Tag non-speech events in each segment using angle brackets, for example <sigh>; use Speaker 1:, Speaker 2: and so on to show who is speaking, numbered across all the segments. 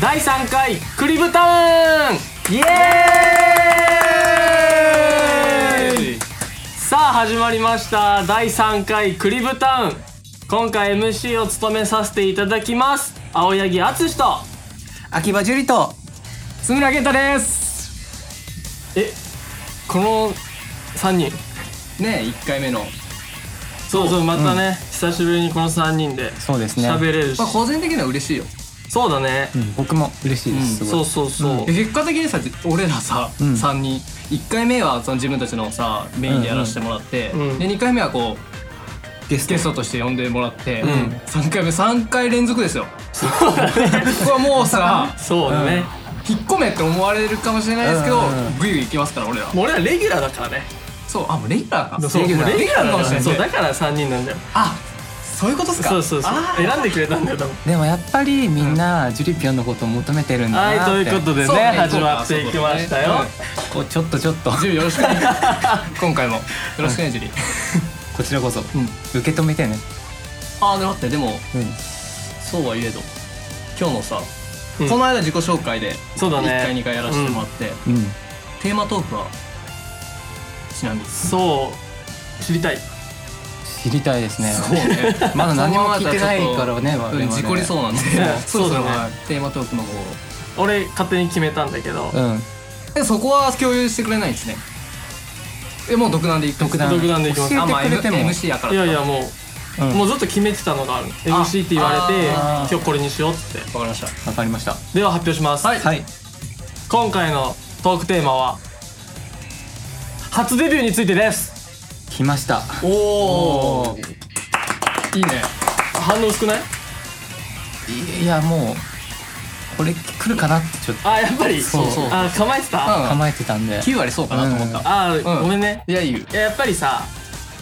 Speaker 1: 第3回クリブタウンイエーイさあ始まりました第3回クリブタウン今回 MC を務めさせていただきます青柳敦と
Speaker 2: 秋葉樹里と津村健太です
Speaker 1: えこの3人
Speaker 2: ねえ1回目の
Speaker 1: そうそうまたね、久しぶりにこの3人で
Speaker 3: そうですね
Speaker 1: 喋れるし、
Speaker 2: まあ個人的には嬉しいよ
Speaker 1: そうだね、
Speaker 3: うん僕も嬉しいです、す
Speaker 1: そ
Speaker 3: ご
Speaker 1: う
Speaker 3: い
Speaker 1: そうそう、
Speaker 2: で結果的にさ俺らさ、
Speaker 3: ん
Speaker 2: 3人1回目はその自分たちのさメインでやらせてもらって、
Speaker 1: んうん
Speaker 2: で2回目はこうゲストとして呼んでもらって、三3回目3回連続ですよ
Speaker 1: そうだ
Speaker 2: <laughs>
Speaker 1: ね
Speaker 2: ここはもうさ
Speaker 1: そうだね、
Speaker 2: 引っ込めって思われるかもしれないですけど、
Speaker 3: うんうんうん
Speaker 2: グイグイいきますから俺ら
Speaker 1: もう俺らレギュラーだからね
Speaker 2: そうあもうレギュラーか
Speaker 1: そう
Speaker 2: レギュラー
Speaker 1: もう
Speaker 2: レギュラーかもしれない
Speaker 1: そうだから3人なんだよ
Speaker 2: あそういうことっすか
Speaker 1: そうそうそう
Speaker 2: あー
Speaker 1: 選んでくれたんだよ多分
Speaker 3: でもやっぱりみんなジュリピョンのことを求めてるんだ
Speaker 1: はい
Speaker 3: な
Speaker 1: と
Speaker 3: っ
Speaker 1: い
Speaker 3: て、
Speaker 1: うことでね
Speaker 2: そうね
Speaker 1: 始まっていきましたよ、
Speaker 3: こうちょっとちょっと
Speaker 2: ジュリよろしくね今回もよろしくねジュリ
Speaker 3: こちらこそ、
Speaker 2: ん
Speaker 3: 受け止めてね、
Speaker 2: ああでも待ってでも
Speaker 3: うん、
Speaker 2: そうはいえど今日のさ、
Speaker 1: うん
Speaker 2: この間自己紹介で
Speaker 1: そうだね
Speaker 2: 1回2回やらせてもらって、
Speaker 3: うん
Speaker 2: テーマトークはちなみに
Speaker 1: そう知りたい
Speaker 3: 知りたいですね
Speaker 2: ね
Speaker 3: まだ何も聞いてないからね我々
Speaker 2: うん
Speaker 3: ね
Speaker 2: 事故りそうなんで
Speaker 1: そうだね
Speaker 2: はいテーマトークの方を
Speaker 1: 俺勝手に決めたんだけど、
Speaker 3: うん
Speaker 2: でそこは共有してくれないんですねえもう独断でいく
Speaker 3: 独断
Speaker 1: 独断でいきます
Speaker 3: 教
Speaker 2: あま
Speaker 3: え
Speaker 2: あ
Speaker 3: てく
Speaker 2: M-
Speaker 3: れても、
Speaker 2: MC やから
Speaker 1: いやいやもう、
Speaker 3: うん
Speaker 1: もうずっと決めてたのがある MC って言われて
Speaker 2: あ
Speaker 3: ー
Speaker 1: 今日これにしようって
Speaker 2: わかりました
Speaker 3: わかりました
Speaker 1: では発表します、
Speaker 2: はい
Speaker 3: はい
Speaker 1: 今回のトークテーマは初デビューについてです
Speaker 3: 来ました
Speaker 2: おお
Speaker 3: お
Speaker 2: ーいいね
Speaker 1: 反応少ない
Speaker 3: いやもうこれ来るかなってちょっと
Speaker 1: あやっぱり
Speaker 3: そう
Speaker 2: そう
Speaker 1: あ構えてた、
Speaker 2: うん
Speaker 3: 構えてたんで、
Speaker 2: 9割そうかなと思った、
Speaker 1: あー、
Speaker 2: うん
Speaker 1: ごめんね
Speaker 2: いやいいよ
Speaker 1: いややっぱりさ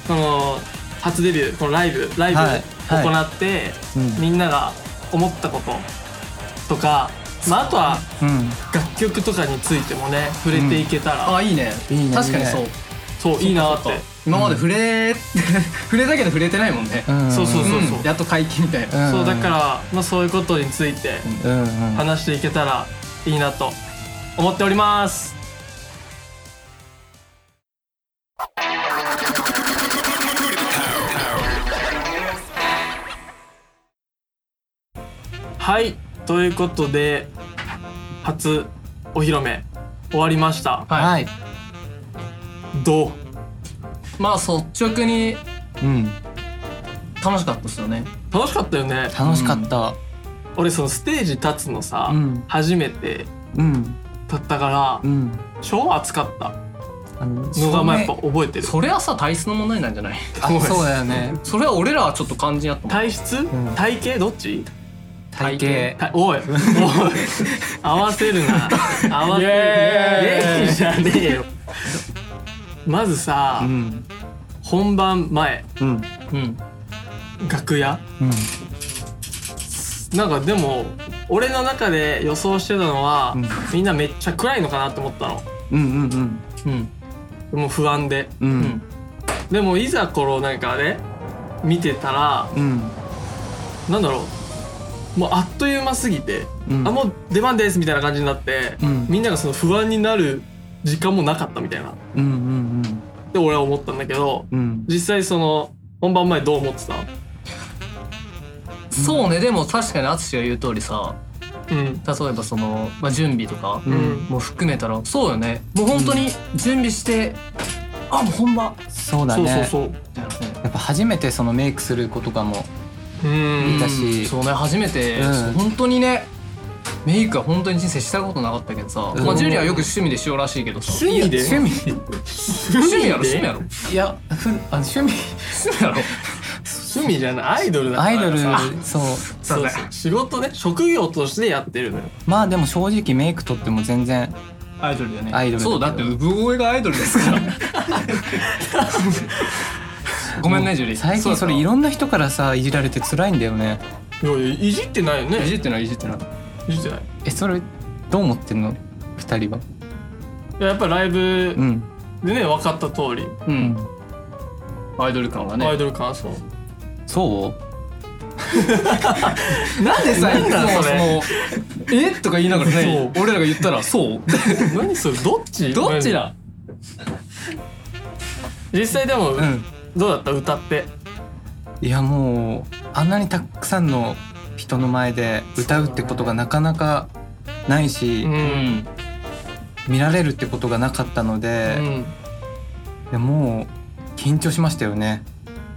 Speaker 1: この初デビューこのライブライブ
Speaker 3: はいはい
Speaker 1: 行って、
Speaker 3: うん
Speaker 1: みんなが思ったこととか、まあ、あとは
Speaker 3: う
Speaker 1: 楽曲とかについてもね触れていけたら、
Speaker 2: あいいね
Speaker 3: いいね
Speaker 2: 確かに
Speaker 3: いいね
Speaker 2: そう
Speaker 1: そういいなって
Speaker 2: 今まで触れ、 <laughs> 触れたけど触れてないもんね、
Speaker 3: ん、
Speaker 1: そうそうそうそう
Speaker 2: やっと解禁みたいな、
Speaker 3: ん
Speaker 1: そうだから、まあ、そういうことについて
Speaker 3: うんうん
Speaker 1: 話していけたらいいなと思っておりますはいということで初お披露目終わりました
Speaker 2: はい
Speaker 3: はい、
Speaker 1: どう
Speaker 2: まあ率直に
Speaker 3: うん
Speaker 2: 楽しかったですよね
Speaker 1: 楽しかったよね
Speaker 3: 楽しかった
Speaker 1: 俺そのステージ立つのさ、
Speaker 3: うん
Speaker 1: 初めて
Speaker 3: うん
Speaker 1: だったから、
Speaker 3: うん
Speaker 1: 超暑かった
Speaker 3: あの
Speaker 1: のがまあやっぱ覚えてる
Speaker 2: それはさ体質の問題なんじゃない
Speaker 3: あそうだよね
Speaker 2: それは俺らはちょっと肝心やったもん
Speaker 1: 体質、
Speaker 3: ん
Speaker 1: 体型どっち
Speaker 3: 体
Speaker 2: 体
Speaker 3: 型
Speaker 1: たおいおい合わせるな合わせる
Speaker 2: イエ
Speaker 1: イ
Speaker 2: ーイ
Speaker 1: エーイじゃねえよまずさ、
Speaker 3: うん
Speaker 1: 本番前
Speaker 3: うん
Speaker 2: うん
Speaker 1: 楽屋
Speaker 3: うん
Speaker 1: なんかでも俺の中で予想してたのは、
Speaker 3: うん
Speaker 1: みんなめっちゃ暗いのかなって思ったの
Speaker 3: うんうん
Speaker 2: うん
Speaker 1: もう不安で
Speaker 3: うんう
Speaker 2: うんん
Speaker 1: でもいざこのなんかね見てたら
Speaker 3: うん
Speaker 1: なんだろうもうあっという間すぎて、
Speaker 3: うん
Speaker 1: あもう出番ですみたいな感じになって、
Speaker 3: うん
Speaker 1: みんながその不安になる時間もなかったみたいなっ
Speaker 3: うんうん
Speaker 1: て俺は思ったんだけど
Speaker 3: うんうん
Speaker 1: 実際その本番前どう思ってた
Speaker 2: そうねでも確かに淳が言う通りさ
Speaker 1: うん
Speaker 2: 例えばその、まあ、準備とか
Speaker 1: うん、
Speaker 2: も含めたらそうよねもう本当に準備して、あもう本番
Speaker 3: そうだ
Speaker 1: そうそう
Speaker 3: ね
Speaker 1: そう
Speaker 2: みたいなね
Speaker 3: やっぱ初めてそのメイクする子とかも
Speaker 1: う
Speaker 3: 見
Speaker 1: ん
Speaker 3: たし
Speaker 2: うんそうね初めて、
Speaker 3: うん
Speaker 2: そう本当にねメイクは本当に人生したことなかったけどさ、
Speaker 3: うん
Speaker 2: まあジュリアはよく趣味でしようらしいけどさ
Speaker 1: 趣味で
Speaker 3: 趣味
Speaker 2: 趣味やろ趣味やろ
Speaker 3: いやふあ趣味
Speaker 2: 趣味やろ
Speaker 1: 趣味じゃないアイドルだか
Speaker 3: ア
Speaker 1: ら
Speaker 3: イドル
Speaker 1: さ
Speaker 3: そう
Speaker 1: そうそう仕事ね職業としてやってるのよ
Speaker 3: まあでも正直メイクとっても全然
Speaker 2: アイドルだよね
Speaker 3: アイドルだけど
Speaker 2: そうだって産声がアイドルですからごめんねジュリー
Speaker 3: 最近それいろんな人からさいじられて辛いんだよね
Speaker 1: いやいやいじってないよ
Speaker 2: いじ
Speaker 1: ね
Speaker 2: ってないいじってない
Speaker 1: いじってない
Speaker 3: えそれどう思ってんの二人はい
Speaker 1: ややっぱライブ
Speaker 3: うん
Speaker 1: でね分かった通り、
Speaker 2: うんアイドル感がね
Speaker 1: アイドル感想
Speaker 3: そう
Speaker 1: なんで
Speaker 2: いつも
Speaker 1: それ
Speaker 2: その「 <laughs> えとか言いながら
Speaker 1: そ
Speaker 2: ね
Speaker 1: う
Speaker 2: 俺らが言ったら「そう」
Speaker 1: 何それどっち
Speaker 2: どっちだ
Speaker 1: 実際でも、
Speaker 3: うん
Speaker 1: どうだった歌って
Speaker 3: いやもうあんなにたくさんの人の前で歌うってことがなかなかないし、
Speaker 2: うんん
Speaker 3: 見られるってことがなかったの
Speaker 1: う
Speaker 3: で、
Speaker 1: ん、
Speaker 3: でもう緊張しましたよね。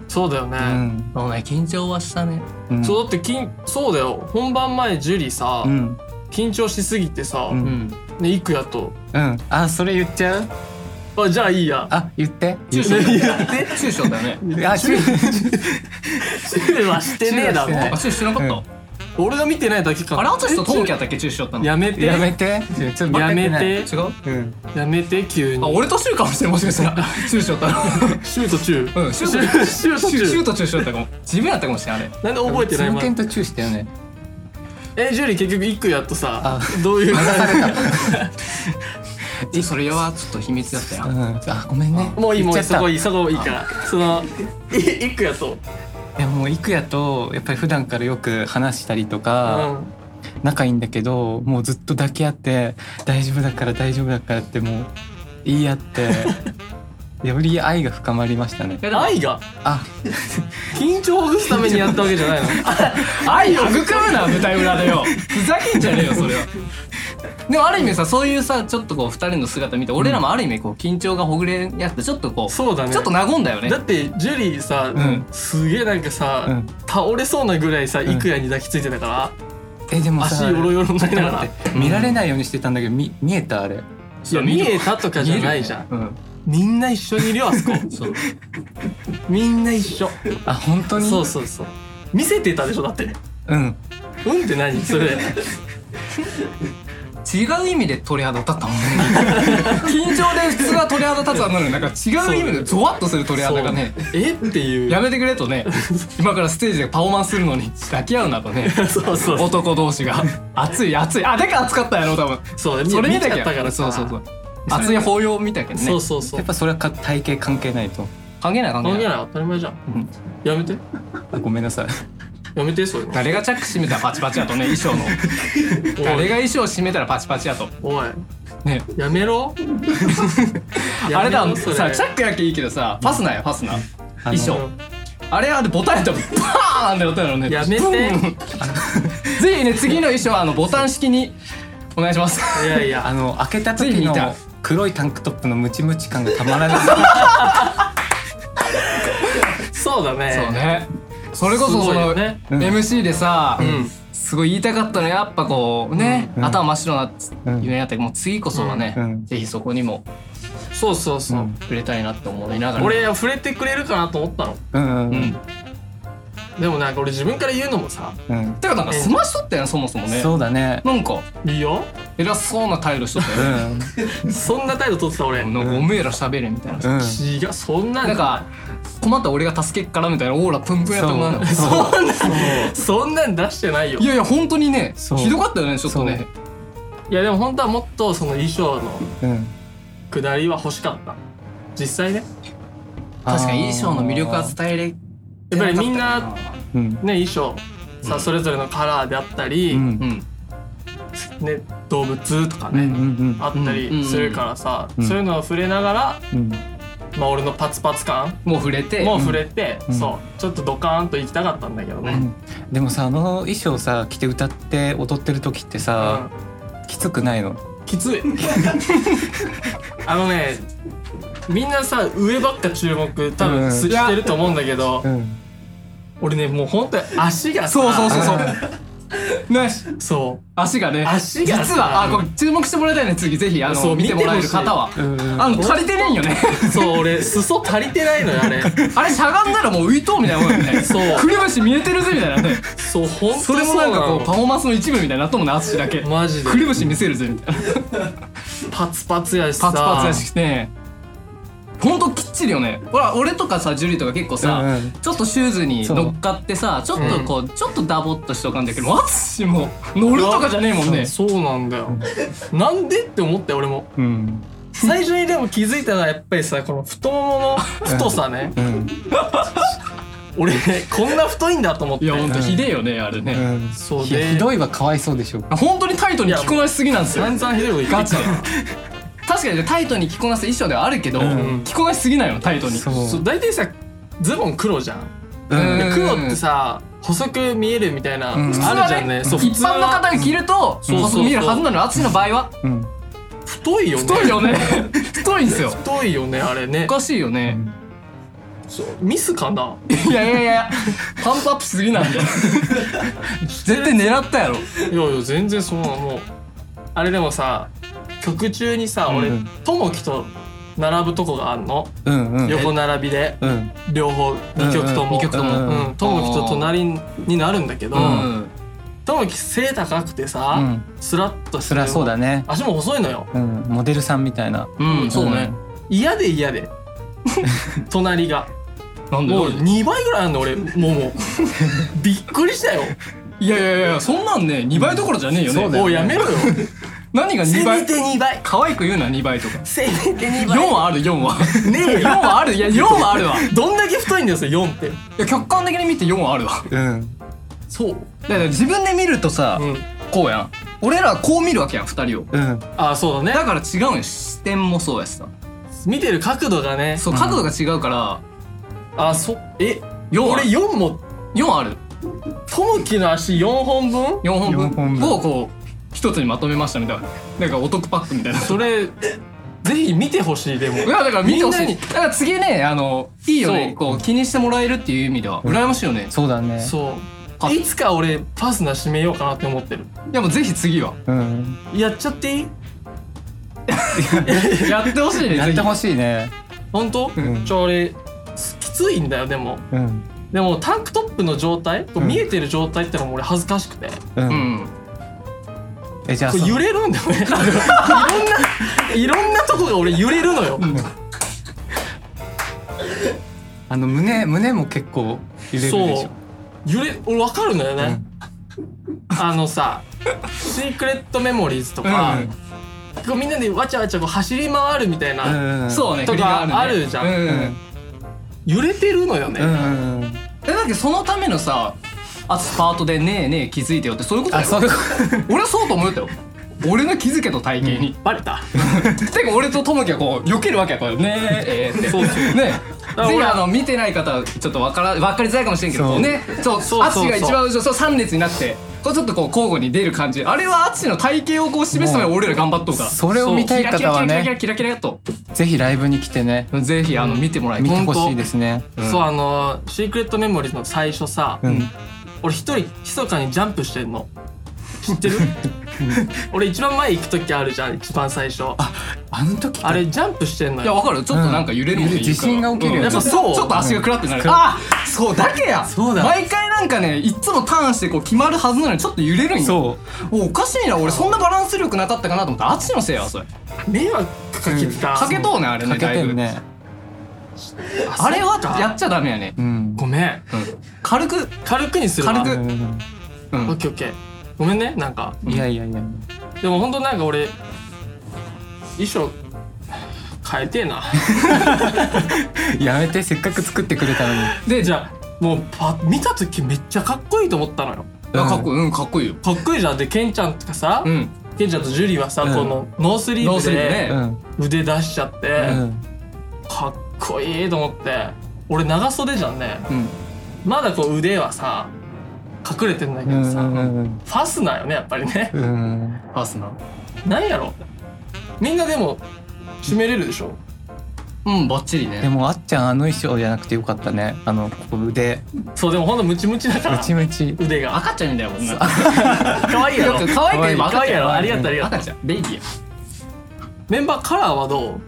Speaker 1: そうだよね、
Speaker 3: うん
Speaker 2: お前緊張はしたね
Speaker 3: うん
Speaker 1: そうだって緊そうだよ本番前ジュリさ、
Speaker 3: うん
Speaker 1: 緊張しすぎてさ、
Speaker 3: うん
Speaker 2: ん
Speaker 1: ねイクヤと
Speaker 3: うん、あそれ言っちゃう
Speaker 1: あじゃあいいや
Speaker 3: あ言って
Speaker 2: 中小中小だよね
Speaker 3: あちゅ
Speaker 1: チューはしてねえだ
Speaker 3: チュー
Speaker 1: ろ
Speaker 2: あ中
Speaker 3: はしてない
Speaker 2: 小してなかった、
Speaker 1: 俺が見てないだけか
Speaker 2: あれ
Speaker 1: な
Speaker 2: 淳とトモキやったっけ中小やったの
Speaker 1: やめて
Speaker 3: やめてちょっと
Speaker 1: や
Speaker 3: 待って
Speaker 1: めて
Speaker 2: 違う
Speaker 3: うん
Speaker 1: やめて急
Speaker 2: あ
Speaker 1: に
Speaker 2: 俺とシューかもしれんもしかしたら中小だった
Speaker 1: シュートチュー
Speaker 2: うんシュ
Speaker 1: シュ
Speaker 2: ーと
Speaker 1: ーシュート
Speaker 2: シ
Speaker 1: チ
Speaker 2: ュシ
Speaker 1: ュ
Speaker 2: ュー
Speaker 1: ー
Speaker 2: と中小やったかも自分やったかもしれんあれ
Speaker 1: なんで覚えてないま
Speaker 3: その
Speaker 1: だ
Speaker 3: 件とチューしたよね
Speaker 1: えジュリ結局イクヤとさ
Speaker 3: あ
Speaker 1: どういう
Speaker 2: えそれはちょっと秘密だった
Speaker 3: うんあごめんね
Speaker 1: もういいもういい
Speaker 3: 言っち
Speaker 1: そ
Speaker 3: ゃった
Speaker 1: こいいそこいいからそのいイクヤと
Speaker 3: いやもう幾夜とやっぱり普段からよく話したりと
Speaker 1: う
Speaker 3: か、
Speaker 1: ん
Speaker 3: 仲いいんだけどもうずっと抱き合って「大丈夫だから大丈夫だから」ってもう言い合って
Speaker 1: <laughs>
Speaker 3: より愛が深まりましたね
Speaker 2: いやでも
Speaker 1: 愛が
Speaker 3: あ
Speaker 1: 緊張をほぐすためにやったわけじゃないの
Speaker 2: 愛を育むな舞台裏でよふざけんじゃねえよそれはでもある意味さそういうさちょっとこう二人の姿見て俺らもある意味こう緊張がほぐれやってちょっとこう
Speaker 1: そうだね
Speaker 2: ちょっと和んだよね
Speaker 1: だってジュリーさ、
Speaker 3: ん
Speaker 1: すげえなんかさ、
Speaker 3: うん
Speaker 1: 倒れそうなぐらいさ、
Speaker 3: ん
Speaker 1: イクヤに抱きついてたから
Speaker 3: えでも
Speaker 1: 足
Speaker 3: さ
Speaker 1: よろよろになりながら
Speaker 3: 待って見られないようにしてたんだけどみ見えたあれ
Speaker 1: いや見えたとかじゃないじゃん、みんな一緒にいるよあそこ
Speaker 2: そう
Speaker 1: みんな一緒
Speaker 3: あ本当に
Speaker 1: そうそうそう見せてたでしょだって
Speaker 3: うん
Speaker 1: うんって何そ
Speaker 2: <laughs>
Speaker 1: れ
Speaker 2: 違う意味で鳥肌立ったもんね緊張で普通は鳥肌立つはなのになんか違う意味でゾワッとする鳥肌がね
Speaker 1: そうえっていう
Speaker 2: やめてくれ
Speaker 1: <laughs>
Speaker 2: とね今からステージでパフォーマンスするのに抱き合うなと
Speaker 1: <laughs>
Speaker 2: ね
Speaker 1: そうそうそう
Speaker 2: 男同士が熱い熱いあだから熱かったやろ多分
Speaker 1: そう
Speaker 2: それ見
Speaker 1: 見ち
Speaker 2: た
Speaker 1: ゃ
Speaker 2: け
Speaker 1: っ
Speaker 2: ど
Speaker 1: たから
Speaker 2: そ
Speaker 1: さ
Speaker 2: うそうそう熱い抱擁見たけどね
Speaker 1: そうそうそ
Speaker 3: や
Speaker 1: う
Speaker 3: っぱそれはか体型関係ないと
Speaker 2: 関係ない関
Speaker 1: そん
Speaker 2: 係
Speaker 1: じゃ
Speaker 2: ない
Speaker 1: ない当たり前じゃん
Speaker 2: うん
Speaker 1: やめて
Speaker 3: あごめんなさい
Speaker 1: やめてそういうの
Speaker 2: 誰がチャック閉めたらパチパチや
Speaker 1: <laughs>
Speaker 2: とね衣装の
Speaker 1: お
Speaker 2: 誰
Speaker 1: い
Speaker 2: が衣装閉めたらパチパチやと
Speaker 1: おい
Speaker 2: ね
Speaker 1: やめろ
Speaker 2: <laughs> あれだ
Speaker 1: やめろそ
Speaker 2: さチャックやけいいけどさファスナーやファスナー
Speaker 3: あの
Speaker 2: 衣装あれあれボタンやったらパーンって音やろね
Speaker 1: やめて
Speaker 2: ブーン <laughs> ぜひね次の衣装はあのボタン式にお願いします
Speaker 1: いやいや
Speaker 3: あの開けた
Speaker 2: ついに
Speaker 3: 時
Speaker 2: 見
Speaker 3: の
Speaker 2: た
Speaker 3: 黒いタンクトップのムチムチ感がたまらない
Speaker 1: そうだね
Speaker 2: そうねそれこそ
Speaker 1: すご
Speaker 2: そ
Speaker 1: い
Speaker 2: の
Speaker 1: よね
Speaker 2: MC でさ、
Speaker 1: ん
Speaker 2: すごい言いたかったのやっぱこうね、
Speaker 3: うん
Speaker 2: 頭真っ白な
Speaker 3: うん
Speaker 2: 夢やったけどもう次こそはね、
Speaker 3: うん
Speaker 2: ぜひそこにも
Speaker 1: そうそうそう、
Speaker 3: うん
Speaker 2: 触れたいなって思いながら
Speaker 1: 俺触れてくれるかなと思ったの
Speaker 3: うんうん
Speaker 2: う
Speaker 3: うんん
Speaker 1: でもなんか俺自分から言うのもさ
Speaker 3: うん、
Speaker 2: てかなんかスマッシュってんそもそもね
Speaker 3: そうだね
Speaker 2: なんか
Speaker 1: いいよ
Speaker 2: 偉そうな態度しとったよ
Speaker 3: う
Speaker 2: ね
Speaker 3: ん
Speaker 1: そんな態度取ってた俺、
Speaker 2: なんかおめえら喋れみたいな、
Speaker 3: うん
Speaker 1: 違うそんなん
Speaker 2: なんか困った俺が助けっからみたいなオーラプンプンやったもんな
Speaker 3: そう
Speaker 1: そんなんそんなん出してないよ
Speaker 2: いやいや本当にね
Speaker 3: そう
Speaker 2: ひどかったよねちょっとね
Speaker 1: いやでも本当はもっとその衣装の
Speaker 3: うん
Speaker 1: 下りは欲しかった実際ね
Speaker 2: 確かに衣装の魅力は伝えれ
Speaker 1: やっぱりみんなね
Speaker 3: うん
Speaker 1: 衣装さ、
Speaker 2: うん
Speaker 1: それぞれのカラーであったり、
Speaker 3: うん
Speaker 2: うん
Speaker 1: ね、動物とか
Speaker 3: うんう
Speaker 1: ね、
Speaker 3: ん
Speaker 1: あった
Speaker 2: うん
Speaker 1: りするからさ、
Speaker 3: うん
Speaker 1: そういうのを触れながら、
Speaker 3: うん
Speaker 1: まあ、俺のパツパツ感
Speaker 2: もう触れて
Speaker 1: も触れて、
Speaker 3: うん
Speaker 1: そうちょっとドカーンと行きたかったんだけど
Speaker 3: う
Speaker 1: ね、
Speaker 3: んでもさあの衣装さ着て歌って踊ってる時ってさ、きつくないの
Speaker 1: うんきついあのねみんなさ上ばっか注目多
Speaker 3: う
Speaker 1: 分
Speaker 3: ん
Speaker 1: すしてると思うんだけど、
Speaker 3: うん
Speaker 1: 俺ねもう本当に足がさ
Speaker 2: そうそうそうそう
Speaker 3: あ
Speaker 2: ナイス
Speaker 1: そう
Speaker 2: 足がね
Speaker 1: 足が
Speaker 2: 実はあこれ注目してもらいたいね次ぜひあ
Speaker 1: そう
Speaker 2: の見てもらえる方は
Speaker 3: うんうん
Speaker 2: あの足りてねえんよね <laughs>
Speaker 1: そう俺裾足りてないのよあれ
Speaker 2: あれしゃがんだらもう浮いとうみたいなもんよね
Speaker 1: そう
Speaker 2: くりばし見えてるぜみたいなね
Speaker 1: そう本当
Speaker 2: それもなんかこうパ
Speaker 1: う
Speaker 2: フォーマンスの一部みたいになっともんね足だけ
Speaker 1: なのマジで
Speaker 2: くりぶし見せるぜみたいな
Speaker 1: パツパツやしさ
Speaker 2: パツパツやしねほんときっちりよねほら俺とかさジュリーとか結構さ、
Speaker 3: うんうん
Speaker 2: ちょっとシューズに乗っかってさちょっとこう、ちょっとダボっとしとかんだけど淳も乗るとかじゃねえもんね
Speaker 1: そうなんだよなんでって思ったよ俺も
Speaker 3: うん
Speaker 1: 最初にでも気づいたのはやっぱりさこの太ももの太さね
Speaker 3: うん
Speaker 1: 俺こんな太いんだと思って
Speaker 2: いやほんとひでえよねあれね、
Speaker 3: うん、
Speaker 1: そう
Speaker 3: いや
Speaker 1: で
Speaker 3: ひどいはかわいそうでしょ
Speaker 2: 本当にタイトに着こなしすぎなんですよ
Speaker 1: 散々ひどいこと言
Speaker 2: ガ
Speaker 1: って
Speaker 2: チ
Speaker 1: た
Speaker 2: で確かにねタイトに着こなす衣装ではあるけど、
Speaker 3: うん
Speaker 2: 着こなしすぎないのタイトに
Speaker 3: そう
Speaker 1: そう大体さズボン黒じゃん
Speaker 3: うん
Speaker 1: で黒ってさ細く見えるみたいな、
Speaker 3: うん
Speaker 1: あるじゃんねそう
Speaker 2: 一般の方が着ると
Speaker 1: うん
Speaker 2: 細く見えるはずなの淳の場合は
Speaker 3: うん
Speaker 1: 太いよね
Speaker 2: 太いよね太いんですよ
Speaker 1: 太いよねあれね
Speaker 2: おかしいよね、
Speaker 1: そうミスかない
Speaker 2: やいやいやパンプアップしすぎなんだよ絶対狙ったやろ
Speaker 1: いやいや全然そんなもうあれでもさ曲中にさ俺
Speaker 3: うん
Speaker 1: ともきと並ぶとこがあんの
Speaker 3: うんうん
Speaker 1: 横並びで
Speaker 3: うん
Speaker 1: 両方2曲と
Speaker 3: うん
Speaker 1: も
Speaker 2: 二曲と
Speaker 3: も
Speaker 1: うんともきと隣になるんだけど
Speaker 2: うん
Speaker 1: ともき背高くて
Speaker 3: う
Speaker 1: さ
Speaker 3: ん
Speaker 1: スラッとして
Speaker 3: そりゃそうだね
Speaker 1: 足も細いのよ
Speaker 3: うんモデルさんみたいな
Speaker 2: うん、そうね、
Speaker 1: 嫌で嫌
Speaker 3: <laughs>
Speaker 1: で隣が
Speaker 2: なんで
Speaker 1: もう2倍ぐらいあんの俺も
Speaker 3: <laughs>
Speaker 1: もびっくりしたよ
Speaker 2: いやいやいやそんなんね2倍どころじゃねえよね,、
Speaker 3: そうだよ
Speaker 1: もうやめ
Speaker 3: <laughs>
Speaker 1: ろよ
Speaker 2: 何が
Speaker 1: せ
Speaker 2: 2
Speaker 1: め
Speaker 2: 倍
Speaker 1: て2倍
Speaker 2: 可愛く言うな2倍とか
Speaker 1: せめて2
Speaker 2: 4
Speaker 1: 倍
Speaker 2: はある4は
Speaker 1: ねえ
Speaker 2: 4
Speaker 1: よ
Speaker 2: はあるいや4は <laughs> あるわ
Speaker 1: どんだけ太いんですよ4って
Speaker 2: いや客観的に見て4はあるわ
Speaker 3: うん
Speaker 1: そう
Speaker 2: だから自分で見るとさ、
Speaker 1: うん
Speaker 2: こうやん俺らはこう見るわけやん2人を
Speaker 3: うん
Speaker 1: あそうだ
Speaker 2: だ
Speaker 1: ね
Speaker 2: から違うんよ視点もそうやしさ
Speaker 1: 見てる角度がね
Speaker 2: そう
Speaker 3: うん
Speaker 2: 角度が違うから、
Speaker 1: あそえ
Speaker 2: 4は
Speaker 1: 俺4も
Speaker 2: 4ある
Speaker 1: ともきの足4本分
Speaker 2: 4本分
Speaker 3: 四本分
Speaker 2: をこう一つにまとめましたみたいななんかお得パックみたいな
Speaker 1: それぜひ見てほしいでも
Speaker 2: <laughs> いやだから見てほし
Speaker 1: み
Speaker 2: い
Speaker 1: ん
Speaker 2: だから次ねあのいいよ
Speaker 1: そ
Speaker 2: ね
Speaker 1: う
Speaker 2: こう気にしてもらえるっていう意味では
Speaker 3: うん
Speaker 2: 羨ましいよね、
Speaker 3: そうだね
Speaker 1: そう
Speaker 2: あ
Speaker 1: いつか俺パスナ締めようかなって思ってる
Speaker 2: いやもうぜひ次は
Speaker 3: うん
Speaker 1: やっちゃっていい
Speaker 2: やってほしいね
Speaker 3: やってほ
Speaker 2: しい
Speaker 3: しいね
Speaker 1: 本当、
Speaker 3: ん
Speaker 1: ちょ俺すきついんだよでも
Speaker 3: うん
Speaker 1: でもタンクトップの状態、こう
Speaker 3: うん
Speaker 1: 見えてる状態ってのも俺恥ずかしくてこ
Speaker 3: う
Speaker 2: うんん
Speaker 3: えじゃあ
Speaker 1: う
Speaker 3: そ
Speaker 1: 揺れるんだよ <laughs> ねいろんないろんなとこが俺揺れるのよ、
Speaker 3: あの胸胸も結構揺れるでし
Speaker 1: そう
Speaker 3: ょ
Speaker 1: 揺れ俺分かるんだよね、あのさ「シークレットメモリーズ」とか、
Speaker 3: うん
Speaker 1: こうみんなでわちゃわちゃこう走り回るみたいな、
Speaker 3: うんうん
Speaker 2: そうね
Speaker 1: とか
Speaker 2: 振りがね
Speaker 1: あるじゃん
Speaker 2: う
Speaker 3: うん
Speaker 2: ん
Speaker 1: 揺れてるのよね、
Speaker 3: うんうん
Speaker 2: えだってそのためのさあスパートで「ねえねえ気づいてよ」ってそういうことだ
Speaker 3: あ
Speaker 2: よ
Speaker 3: そう <laughs> いうこ
Speaker 2: 俺はそうと思うたよ俺の気づけと体型に、
Speaker 1: バレた
Speaker 2: てか俺とともきはこう避けるわけやからねええーって
Speaker 1: そうそう
Speaker 2: ね
Speaker 1: だから
Speaker 2: ぜひ
Speaker 1: 俺は
Speaker 2: あの見てない方はちょっとわからわかりづらいかもしれんけ
Speaker 3: そ
Speaker 2: ど
Speaker 3: う
Speaker 2: ねそう
Speaker 1: そうそうそう
Speaker 2: 淳が一番後ろそう3列になってこうちょっとこう交互に出る感じあれは淳の体型をこう示すために俺ら頑張っとうから
Speaker 3: とそれを見たい方は
Speaker 2: キラ
Speaker 3: ね
Speaker 2: キラキラキラキラキラと
Speaker 3: ぜひライブに来てね
Speaker 2: ぜひあの見てもらい
Speaker 3: 見
Speaker 2: た
Speaker 3: て
Speaker 2: い
Speaker 3: ほしいですね
Speaker 1: そうあのーシークレットメモリーズの最初さ、
Speaker 3: うん
Speaker 1: 俺一人密かにジャンプしてんの知ってる俺一番前行く時あるじゃん一番最初あ
Speaker 3: あの時
Speaker 1: れジャンプしてんの
Speaker 2: いや
Speaker 1: よ
Speaker 2: わかるちょっとなんか揺れるもんね
Speaker 3: うん
Speaker 2: いいから
Speaker 3: 地震が起きるよね
Speaker 2: んやっぱ
Speaker 1: う
Speaker 2: そ
Speaker 1: ん
Speaker 2: うちょっと足がクラってなる
Speaker 3: うん
Speaker 2: あそうだけや
Speaker 3: そうだ
Speaker 2: 毎回なんかねいっつもターンしてこう決まるはずなのにちょっと揺れるんよ
Speaker 3: そ
Speaker 2: もうおかしいな俺そんなバランス力なかったかなと思った淳のせいやわそれ
Speaker 1: 迷惑かけてた、
Speaker 2: かけとうねあ
Speaker 3: う
Speaker 2: れ
Speaker 3: か
Speaker 2: ね
Speaker 3: け
Speaker 2: だい
Speaker 3: て
Speaker 2: ぶ
Speaker 3: るね
Speaker 2: あれは
Speaker 1: そっか
Speaker 2: やっちゃダメやね、
Speaker 3: うん
Speaker 1: ごめん
Speaker 2: 軽く
Speaker 1: 軽くにするわ
Speaker 2: 軽く
Speaker 3: うんうん
Speaker 2: う
Speaker 1: オッ
Speaker 2: ん
Speaker 1: ケーオッケーごめんねなんか
Speaker 3: うんいやいやいや
Speaker 1: でも本当なんか俺衣装変えてえな <laughs>
Speaker 3: やめてせっかく作ってくれたのに
Speaker 1: でじゃあもうパ見た時めっちゃかっこいいと思ったのよ
Speaker 2: あかっこいいうんかっこいいよ
Speaker 1: かっこいいじゃんでケンちゃんとかさ、
Speaker 2: うん
Speaker 1: ケンちゃんとジュリーはさ、
Speaker 3: うん
Speaker 1: このノースリー
Speaker 2: ノー
Speaker 1: ブ
Speaker 2: スリーブね
Speaker 1: で
Speaker 3: うん
Speaker 1: 腕出しちゃって、
Speaker 3: うん
Speaker 1: かっこいいと思って俺長袖じゃんね
Speaker 2: うん
Speaker 1: まだこう腕はさ隠れてんだけ
Speaker 3: う
Speaker 1: ど
Speaker 3: ん
Speaker 1: さ、
Speaker 3: うんうん
Speaker 1: ファスナーよねやっぱりね
Speaker 3: うん
Speaker 2: ファスナー
Speaker 1: なんやろみんなでも締めれるでしょ
Speaker 2: うんバッチリ
Speaker 3: で
Speaker 2: ね
Speaker 3: もあっちゃんあの衣装じゃなくてよかったねあのここ腕
Speaker 1: そうでもほんとムチムチだか
Speaker 3: ム
Speaker 1: ら
Speaker 3: チムチ
Speaker 1: 腕が
Speaker 2: 赤ちゃんだよもんな
Speaker 1: 可愛いやろ
Speaker 2: よく可愛く言えば
Speaker 1: 可
Speaker 2: 赤
Speaker 1: 愛い
Speaker 2: ちゃ
Speaker 1: や
Speaker 2: ん
Speaker 1: ろありがとうありがとう
Speaker 2: 赤ちゃんベイビーや
Speaker 1: メンバーカラーはどう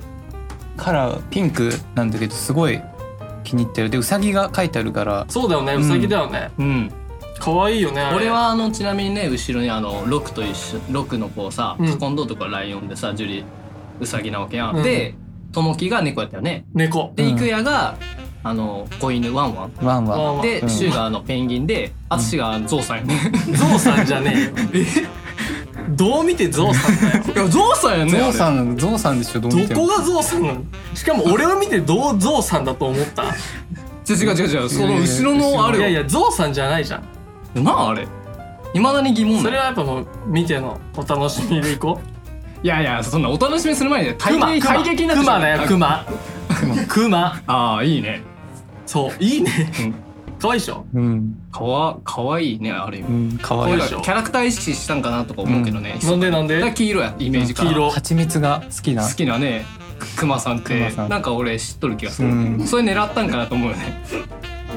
Speaker 3: カラーピンクなんだけどすごい気に入ってるでウサギが書いてあるから
Speaker 1: そうだよね
Speaker 3: うん
Speaker 1: ウサギだよね
Speaker 2: うん
Speaker 1: 可愛いよねあれ
Speaker 2: 俺はあのちなみにね後ろにあのロクと一緒ロクの子をさ
Speaker 1: うん
Speaker 2: 囲んどうとこはライオンでさジュリウサギなわけや
Speaker 1: うん
Speaker 2: んでともきが猫やったよね
Speaker 1: 猫
Speaker 2: で
Speaker 3: うん
Speaker 2: イクヤがあの子犬ワンワン
Speaker 3: ワン
Speaker 1: ワン
Speaker 3: ワ
Speaker 1: ワン
Speaker 2: で
Speaker 3: うん
Speaker 2: シュウがあのペンギンで淳がゾウさんやね
Speaker 1: ゾウさんじゃねえよどう見てゾウさんだよ
Speaker 2: いやゾウさんや
Speaker 3: ン
Speaker 2: ね
Speaker 3: ゾウ
Speaker 2: ん
Speaker 3: さんゾウさんでしょどう見て
Speaker 1: どこ
Speaker 3: も
Speaker 1: がゾウさんなのしかも俺を見てどうゾウさんだと思った
Speaker 2: 違う違う違うその後ろのあ
Speaker 1: い
Speaker 2: るよ
Speaker 1: やいやゾウさんじゃないじゃん
Speaker 2: なああれいまだに疑問
Speaker 1: そ
Speaker 2: な
Speaker 1: れ
Speaker 2: の
Speaker 1: はやっぱもう見てのお楽しみでいこう
Speaker 2: いやいやそんなお楽しみする前に
Speaker 1: ク
Speaker 2: 大
Speaker 1: マ
Speaker 2: 会会撃になって
Speaker 1: クマだよク
Speaker 2: マ
Speaker 1: マクマ
Speaker 2: ああいいね
Speaker 1: そういいね
Speaker 2: うん
Speaker 1: 可愛いでしょ
Speaker 3: うん
Speaker 2: かわかわいいねある意
Speaker 3: う
Speaker 2: 味
Speaker 3: ん可愛
Speaker 1: う
Speaker 3: い
Speaker 1: ん
Speaker 2: 俺らキャラクター意識したんかなとか思うけどね、
Speaker 1: なんでなん
Speaker 2: だから
Speaker 1: で
Speaker 2: 黄色やイメージから
Speaker 1: 黄色
Speaker 3: 蜂蜜が好きな
Speaker 2: 好きなねくクマさんっ
Speaker 3: ク
Speaker 2: て
Speaker 3: マさん
Speaker 2: なんか俺知っとる気がする、
Speaker 3: うん
Speaker 2: それ狙ったんかなと思うよね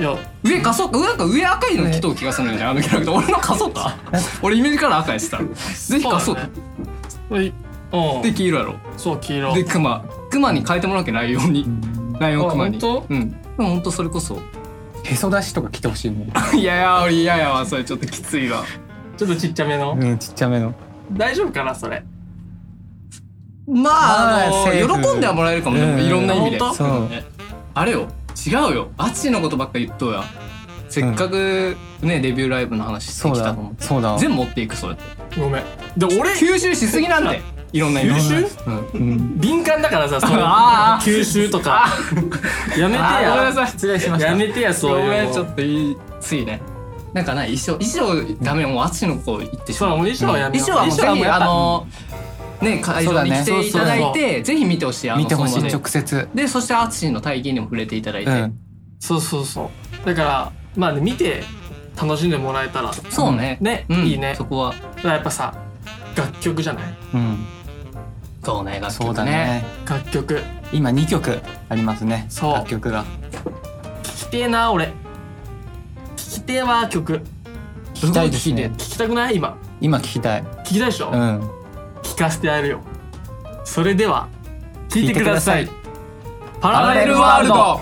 Speaker 1: いや
Speaker 2: 上かそうか上なんか上赤いの来とる気がするんじゃんあのキャラクター俺のかそうか俺イメージから赤やってたぜひかそ
Speaker 1: そう
Speaker 2: う
Speaker 1: だねう
Speaker 2: で
Speaker 1: ん
Speaker 2: 黄色やろ
Speaker 1: そう黄色
Speaker 2: でクマクマに変えてもらうわけライオンにライオンクマに
Speaker 1: あ本
Speaker 2: うんでも本当それこそ
Speaker 3: へそ出しとか着てほしいもん、
Speaker 2: いやいや俺嫌やわそれちょっときついわ
Speaker 1: ちょっとちっちゃめの
Speaker 3: うん、ちっちゃめの
Speaker 1: 大丈夫かなそれ
Speaker 2: まああ
Speaker 3: まあセー
Speaker 2: の
Speaker 3: フ
Speaker 2: 喜んではもらえるかもでも
Speaker 3: うん
Speaker 2: いろんな意味で
Speaker 1: あ本
Speaker 3: 当そう
Speaker 2: ねあれよ違うよアチのことばっか言っとうやせっかくねデビューライブの話して
Speaker 3: そう
Speaker 2: きた
Speaker 3: だ
Speaker 2: と思って
Speaker 3: そうだ
Speaker 2: 全部持っていくそうやって
Speaker 1: ごめんで俺
Speaker 2: 吸収しすぎなんでいろんな意味で
Speaker 1: 吸
Speaker 2: うん
Speaker 3: うん、
Speaker 1: 敏感だからさそ
Speaker 2: <laughs> あー
Speaker 1: ういう吸収とかやめて
Speaker 2: あーごめんな
Speaker 1: や
Speaker 2: さい失礼しました
Speaker 1: やめてやそう
Speaker 2: ご
Speaker 1: いう
Speaker 2: め
Speaker 1: の
Speaker 2: んちょっと言いついねなんかない衣装衣装ダメもうアチの子言ってし
Speaker 1: そう
Speaker 2: まう
Speaker 1: もう衣装はやめよ
Speaker 2: 衣
Speaker 1: う
Speaker 2: 装は
Speaker 1: 衣
Speaker 2: もうぜひ
Speaker 1: や
Speaker 2: あ
Speaker 1: っぱ
Speaker 2: のね会場に来ていただい
Speaker 1: そう
Speaker 2: てぜひ見てほしいあの
Speaker 3: 見てほし
Speaker 2: その場
Speaker 3: い
Speaker 2: で
Speaker 3: 直接
Speaker 2: でそしてアツシの体験にも触れていただいて、
Speaker 3: うん
Speaker 1: そうそうそうだからまあね見て楽しんでもらえたら
Speaker 2: そうね、
Speaker 1: ね、
Speaker 2: うん
Speaker 1: いいね
Speaker 2: そこは
Speaker 1: だからやっぱさ楽曲じゃない
Speaker 3: うん
Speaker 2: そうね楽曲
Speaker 3: そうだね
Speaker 1: 楽曲
Speaker 3: 今2曲ありますね
Speaker 1: そう
Speaker 3: 楽曲が
Speaker 1: 聞きてえな俺聞きてえわ曲
Speaker 3: 聞きたいです
Speaker 2: す
Speaker 3: ね
Speaker 1: 聞きたくない今
Speaker 3: 今聞きたい
Speaker 1: 聞きたいでしょ、
Speaker 3: うん
Speaker 1: 聞かせてやるよそれでは聞いてくださいパラレルワールド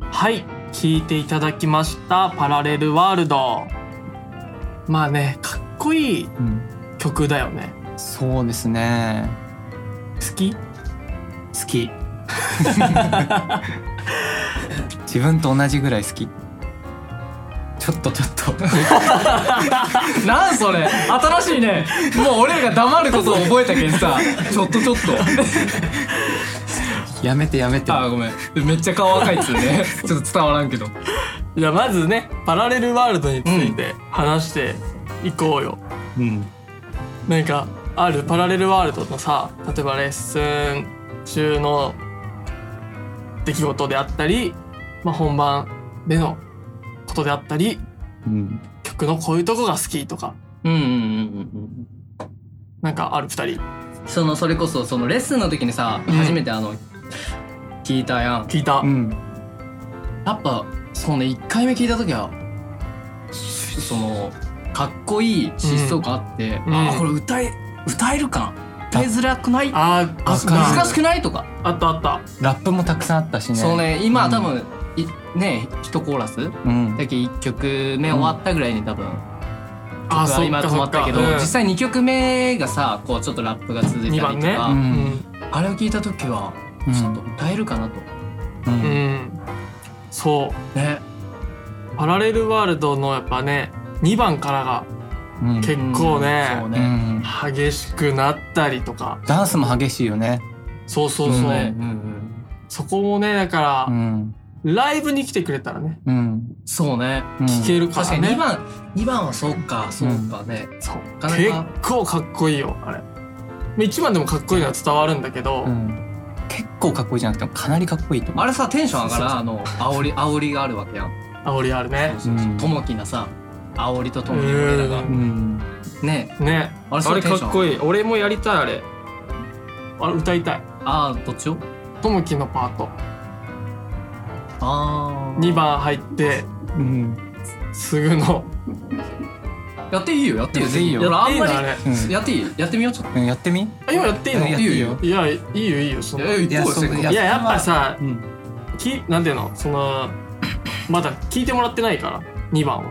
Speaker 1: はい聞いていただきましたパラレルワールドまあねかっこいい
Speaker 3: うん
Speaker 1: 曲だよね
Speaker 3: そうですね
Speaker 1: 好き
Speaker 3: 好き自分と同じぐらい好きちょっとちょっと
Speaker 2: なんそれ新しいねもう俺らが黙ることを覚えたけんさちょっとちょっ <laughs> と
Speaker 3: やめてやめて
Speaker 2: あーごめんめっちゃ顔赤いっつう <laughs> ねちょっと伝わらんけど
Speaker 1: じゃあまずねパラレルワールドについて話していこうよ、
Speaker 3: うん
Speaker 1: なんかあるパラレルワールドのさ例えばレッスン中の出来事であったり、まあ、本番でのことであったり
Speaker 3: うん
Speaker 1: 曲のこういうとこが好きとか
Speaker 2: うんうんうんうんうん
Speaker 1: なんかある二人
Speaker 2: そのそれこそそのレッスンの時にさ、
Speaker 1: うん
Speaker 2: 初めてあの聞いたやん
Speaker 1: 聞いた、
Speaker 3: うん
Speaker 2: やっぱそのね1回目聞いた時はそのかっこいい疾走感あって、
Speaker 1: うん
Speaker 2: あ
Speaker 1: うん
Speaker 2: これ歌え歌えるかな歌いづらくない
Speaker 1: あーあ
Speaker 3: わかる
Speaker 1: った
Speaker 2: 難しくないとか、
Speaker 1: あったあった
Speaker 3: ラップもたくさんあったしね
Speaker 2: そうね今
Speaker 3: うん
Speaker 2: 多分、いね一コーラス
Speaker 3: うん
Speaker 2: だけ1曲目終わったぐらいに多分、
Speaker 1: あー
Speaker 2: 曲は
Speaker 1: そっ
Speaker 2: 今
Speaker 1: か
Speaker 2: 止
Speaker 1: そ
Speaker 2: ま
Speaker 1: っ
Speaker 2: った
Speaker 1: か
Speaker 2: けど、
Speaker 1: うん
Speaker 2: 実際2曲目がさこうちょっとラップが続いたり
Speaker 1: 二
Speaker 2: とか、
Speaker 1: 番ね
Speaker 3: う
Speaker 1: うんん
Speaker 2: あれを聞いた時は
Speaker 3: うん
Speaker 2: ちょっと歌えるかなと、
Speaker 3: う
Speaker 1: うんんそう
Speaker 2: ね
Speaker 1: パラレルワールドのやっぱね2番からが
Speaker 3: うん
Speaker 1: 結構ね
Speaker 2: うんそう
Speaker 3: う
Speaker 2: ね、
Speaker 3: ん
Speaker 1: 激しくなったりとか
Speaker 3: ダンスも激しいよね
Speaker 1: そうそうそう、
Speaker 3: うん
Speaker 2: ねうんうん
Speaker 1: そこもねだから、
Speaker 3: うん
Speaker 1: ライブに来てくれたらね
Speaker 3: うん
Speaker 2: そうね
Speaker 1: 聴けるか
Speaker 2: 確からに2
Speaker 1: ね、
Speaker 2: 番2番はそうかそうかね、
Speaker 1: そう
Speaker 2: かな
Speaker 1: 結
Speaker 2: か
Speaker 1: 構かっこいいよあれ1番でもかっこいいのは伝わるんだけど、
Speaker 3: うん結構かっこいいじゃなくてもかなりかっこいいと思う
Speaker 2: あれさテンション上がら
Speaker 1: そ
Speaker 2: んあの煽り煽りがあるわけやん
Speaker 1: 煽りあるね
Speaker 3: うん
Speaker 2: ともきなさ煽りとともに俺らが
Speaker 1: う
Speaker 3: うん
Speaker 2: ね
Speaker 1: ね
Speaker 2: あれ
Speaker 1: あ
Speaker 2: そ
Speaker 1: れ
Speaker 2: うテン
Speaker 1: か
Speaker 2: ション
Speaker 1: っこいい俺もやりたいあれあれ歌いたい
Speaker 2: ああどっちを
Speaker 1: ともきのパート
Speaker 2: ああ
Speaker 1: 2番入って
Speaker 3: うん
Speaker 1: すぐの
Speaker 2: やっていいよやっていいよ
Speaker 3: やっていいよ
Speaker 2: やあんま
Speaker 1: いいのあれ
Speaker 2: り
Speaker 3: うん
Speaker 2: やっていいやってみようちょっ
Speaker 3: うんやってみ
Speaker 1: あ今やっていいの
Speaker 3: うんやっていいよ
Speaker 1: いやいいよいいよそ
Speaker 2: と
Speaker 1: の
Speaker 2: え
Speaker 1: い
Speaker 2: 行こうよ
Speaker 3: そう
Speaker 2: せっかく
Speaker 3: いや
Speaker 1: ややっぱさ
Speaker 3: うん
Speaker 1: きなんていうのそのまだ聞いてもらってないから2番は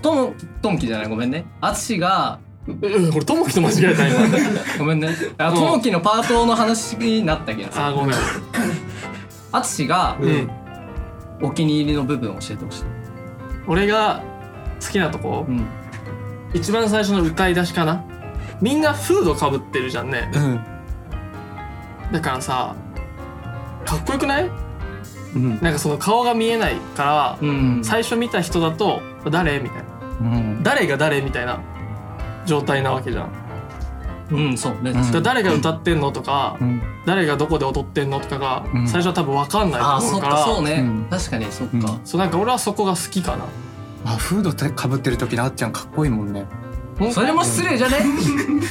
Speaker 2: ともともきじゃないごめんねあつしが
Speaker 1: え俺ともきと間違えた今
Speaker 2: ごめんねあ
Speaker 1: うん
Speaker 2: ともきのパートの話になったけど
Speaker 1: <laughs>
Speaker 2: さ
Speaker 1: あごめん
Speaker 2: あつしが
Speaker 1: うん
Speaker 2: お気に入りの部分を教えてほしい、
Speaker 1: 俺が好きなとこ
Speaker 2: うん、
Speaker 1: 一番最初の歌い出しかなみんなフードかぶってるじゃんね
Speaker 3: うん
Speaker 1: だからさかっこよくない
Speaker 3: うん
Speaker 1: なんかその顔が見えないから、
Speaker 2: うん
Speaker 1: 最初見た人だと誰みたいな
Speaker 3: うん
Speaker 1: 誰が誰みたいな状態なわけじゃん、
Speaker 2: うんそうね
Speaker 3: うん
Speaker 1: だから誰が歌ってんのとか、
Speaker 3: うん
Speaker 1: 誰がどこで踊ってんのとかが、
Speaker 3: うん
Speaker 1: 最初は多分分かんない
Speaker 2: ああ
Speaker 1: と
Speaker 2: そ
Speaker 1: 思
Speaker 2: っ
Speaker 1: うか
Speaker 2: からそうね、
Speaker 3: うん
Speaker 2: 確かにそっか、
Speaker 3: うん
Speaker 1: そうなんか俺はそこが好きかな
Speaker 3: あフードかぶってる時のあっちゃんかっこいいもんね
Speaker 2: それも失礼じゃね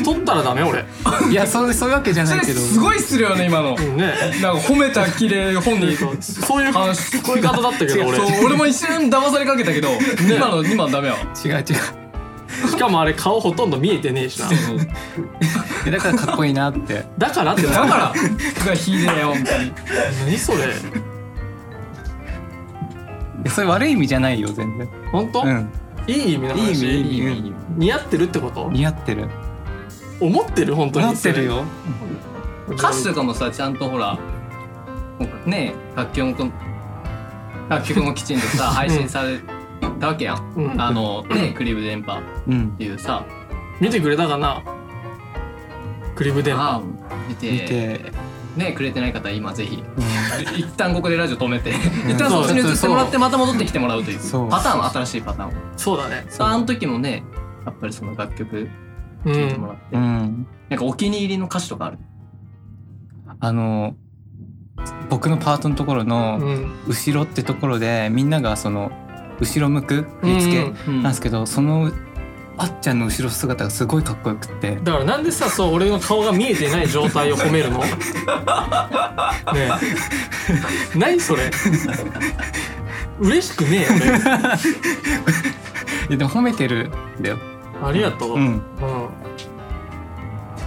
Speaker 1: 取ったらダメ俺、
Speaker 3: いやそうそういうわけじゃ
Speaker 2: そ
Speaker 3: な
Speaker 2: れ
Speaker 3: いけど
Speaker 2: すごい失礼よね今の
Speaker 1: うんね
Speaker 2: <laughs> なんか褒めた綺麗本人
Speaker 1: <laughs> そうそういう
Speaker 2: 話す
Speaker 1: こういう方だったけど俺
Speaker 2: そう俺も一瞬騙されかけたけど、今の今のダメよ
Speaker 3: 違う違う
Speaker 1: しかもあれ顔ほとんど見えてねえしな
Speaker 3: いやだからかっこいいなって
Speaker 1: だからって
Speaker 2: だからがひでえよみたい
Speaker 1: 何それ
Speaker 3: いやそれ悪い意味じゃないよ全然
Speaker 1: 本当、
Speaker 3: うん
Speaker 1: いい意味の話
Speaker 3: いい意味いい意味
Speaker 1: 似合ってるってこと
Speaker 3: 似合ってる
Speaker 1: 思ってる本当に
Speaker 3: 似合ってるよ
Speaker 2: 歌詞とかもさちゃんとほらねえ楽曲もこ楽曲もきちんとさ配信されたわけやん、
Speaker 1: うん
Speaker 2: あのねえクリブ電波
Speaker 3: うん
Speaker 2: っていうさ
Speaker 1: 見てくれたかなクリブ電波
Speaker 2: あ見て
Speaker 3: 見て
Speaker 2: ねえくれてない方は今ぜひ
Speaker 3: う
Speaker 2: 一旦ここでラジオ止めて
Speaker 3: ん
Speaker 2: 一旦そっちに移ってもらってまた戻ってきてもらうという
Speaker 3: そう
Speaker 2: パターン新しいパターンを
Speaker 1: そうだね
Speaker 2: さああの時もねやっぱりその楽曲
Speaker 1: う
Speaker 2: 聴いても
Speaker 1: ん
Speaker 2: らって、
Speaker 3: うん
Speaker 2: なんかお気に入りの歌詞とかある
Speaker 3: あの僕のパートのところ
Speaker 1: う
Speaker 3: の
Speaker 1: ん
Speaker 3: 後ろってところでみんながその後ろ向く振り付
Speaker 1: う
Speaker 3: け
Speaker 1: ん
Speaker 2: うん
Speaker 3: なんですけどそのあっちゃんの後ろ姿がすごいかっこよくって
Speaker 1: だからなんでさそう俺の顔が見えてない状態を褒めるのねえ何それ嬉しくねえよね
Speaker 3: いやでも褒めてるんだよ
Speaker 1: ありがとう、
Speaker 3: う
Speaker 1: うん
Speaker 3: ん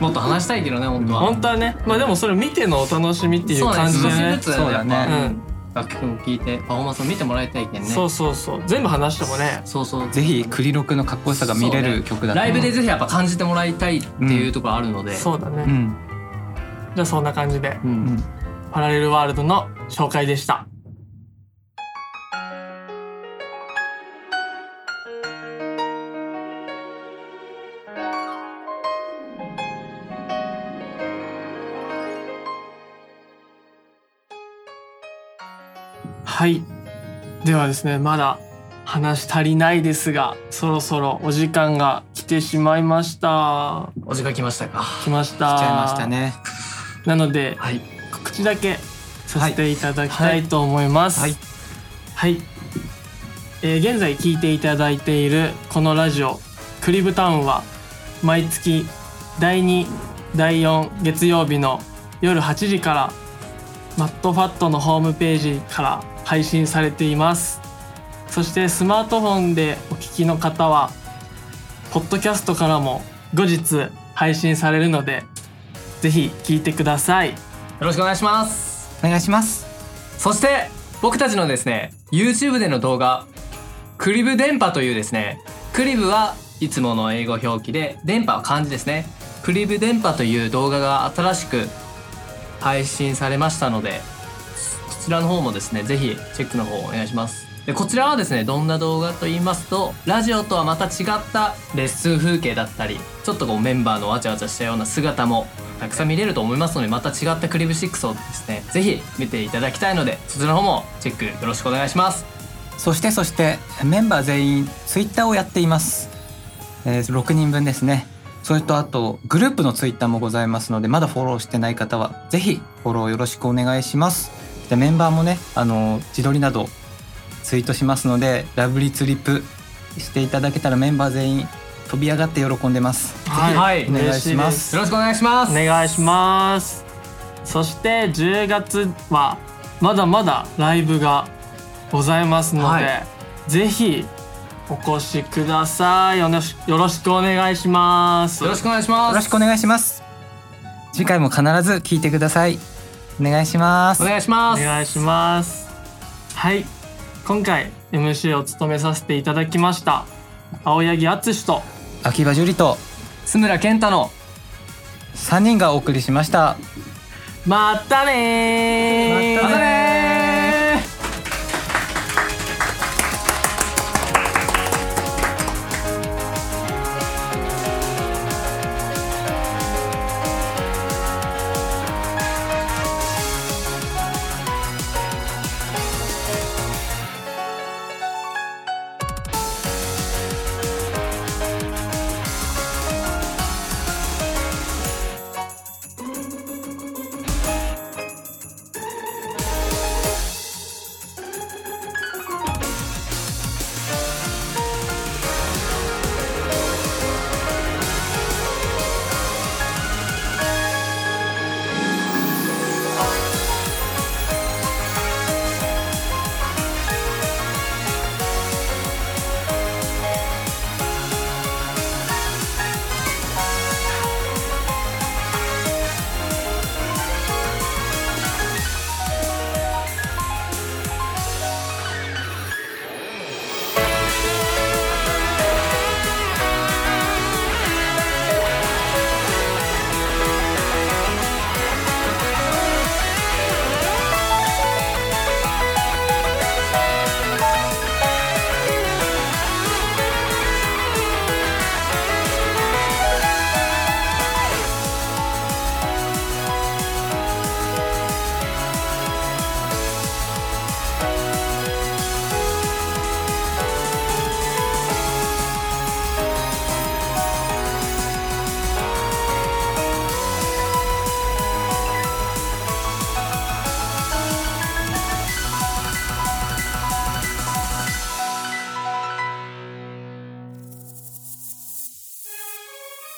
Speaker 2: もっと話したいけどね本当は、
Speaker 1: 本当はねまあでもそれ見てのお楽しみっていう
Speaker 2: そうね
Speaker 1: 感じで
Speaker 2: 少し
Speaker 1: ね
Speaker 2: ずつね
Speaker 3: そうだね
Speaker 2: やっぱ
Speaker 1: うん
Speaker 2: 楽曲も聴いてパフォーマンスを見てもらいたいけんね
Speaker 1: そうそうそう全部話してもね
Speaker 2: そうそう
Speaker 3: ぜひクリロクのかっこよさが見れる曲だと
Speaker 2: ラ
Speaker 3: 思
Speaker 2: イブ
Speaker 3: う
Speaker 2: でぜひやっぱ感じてもらいたいっていうところあるので、
Speaker 1: そうだね、
Speaker 3: うん
Speaker 1: じゃあそんな感じで
Speaker 2: う
Speaker 3: うんん
Speaker 1: パラレルワールドの紹介でしたはいではですねまだ話足りないですがそろそろお時間が来てしまいました
Speaker 2: お時間来ましたか
Speaker 1: 来ました
Speaker 3: 来ちゃいましたね
Speaker 1: なので
Speaker 2: はい
Speaker 1: 告知だけさせていただきたいと思います。
Speaker 3: は
Speaker 1: はいい、えー現在聞いていただいているこのラジオクリブタウンは毎月第2第4月曜日の夜8時からマットファットのホームページから配信されていますそしてスマートフォンでお聞きの方はポッドキャストからも後日配信されるのでぜひ聞いてください
Speaker 2: ろしくお願いします
Speaker 3: お願いします
Speaker 2: そして僕たちのですね YouTube での動画クリブ電波というですねクリブはいつもの英語表記で電波は漢字ですねクリブ電波という動画が新しく配信されましたのでそそちらの方もですねぜひチェックの方お願いしますでこちらはですねどんな動画と言いますとラジオとはまた違ったレッスン風景だったりちょっとこうメンバーのわちゃわちゃしたような姿もたくさん見れると思いますのでまた違ったクリブ6をですねぜひ見ていただきたいのでそちらの方もチェックよろしくお願いします
Speaker 3: そしてそしてメンバー全員ツイッターをやっています、えー6人分ですねそれとあとグループのツイッターもございますのでまだフォローしてない方はぜひフォローよろしくお願いしますでメンバーもねあの自撮りなどツイートしますのでラブリツリプしていただけたらメンバー全員飛び上がって喜んでます
Speaker 2: はいはい
Speaker 3: お願いしま
Speaker 1: 嬉です
Speaker 2: よろしくお願いします
Speaker 1: お願いしますそして10月はまだまだライブがございますので、
Speaker 2: はい
Speaker 1: ぜひお越しくださいよろしよろしくお願いします
Speaker 2: よろしくお願いします
Speaker 3: よろしくお願いします次回も必ず聞いてくださいお願いします
Speaker 2: お願いしま
Speaker 1: お
Speaker 2: す
Speaker 1: 願いしますはい今回 MC を務めさせていただきました青柳敦と
Speaker 3: 秋葉樹里と
Speaker 2: 津村健太の
Speaker 3: 3人がお送りしました
Speaker 1: またねー
Speaker 3: またねー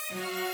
Speaker 4: 「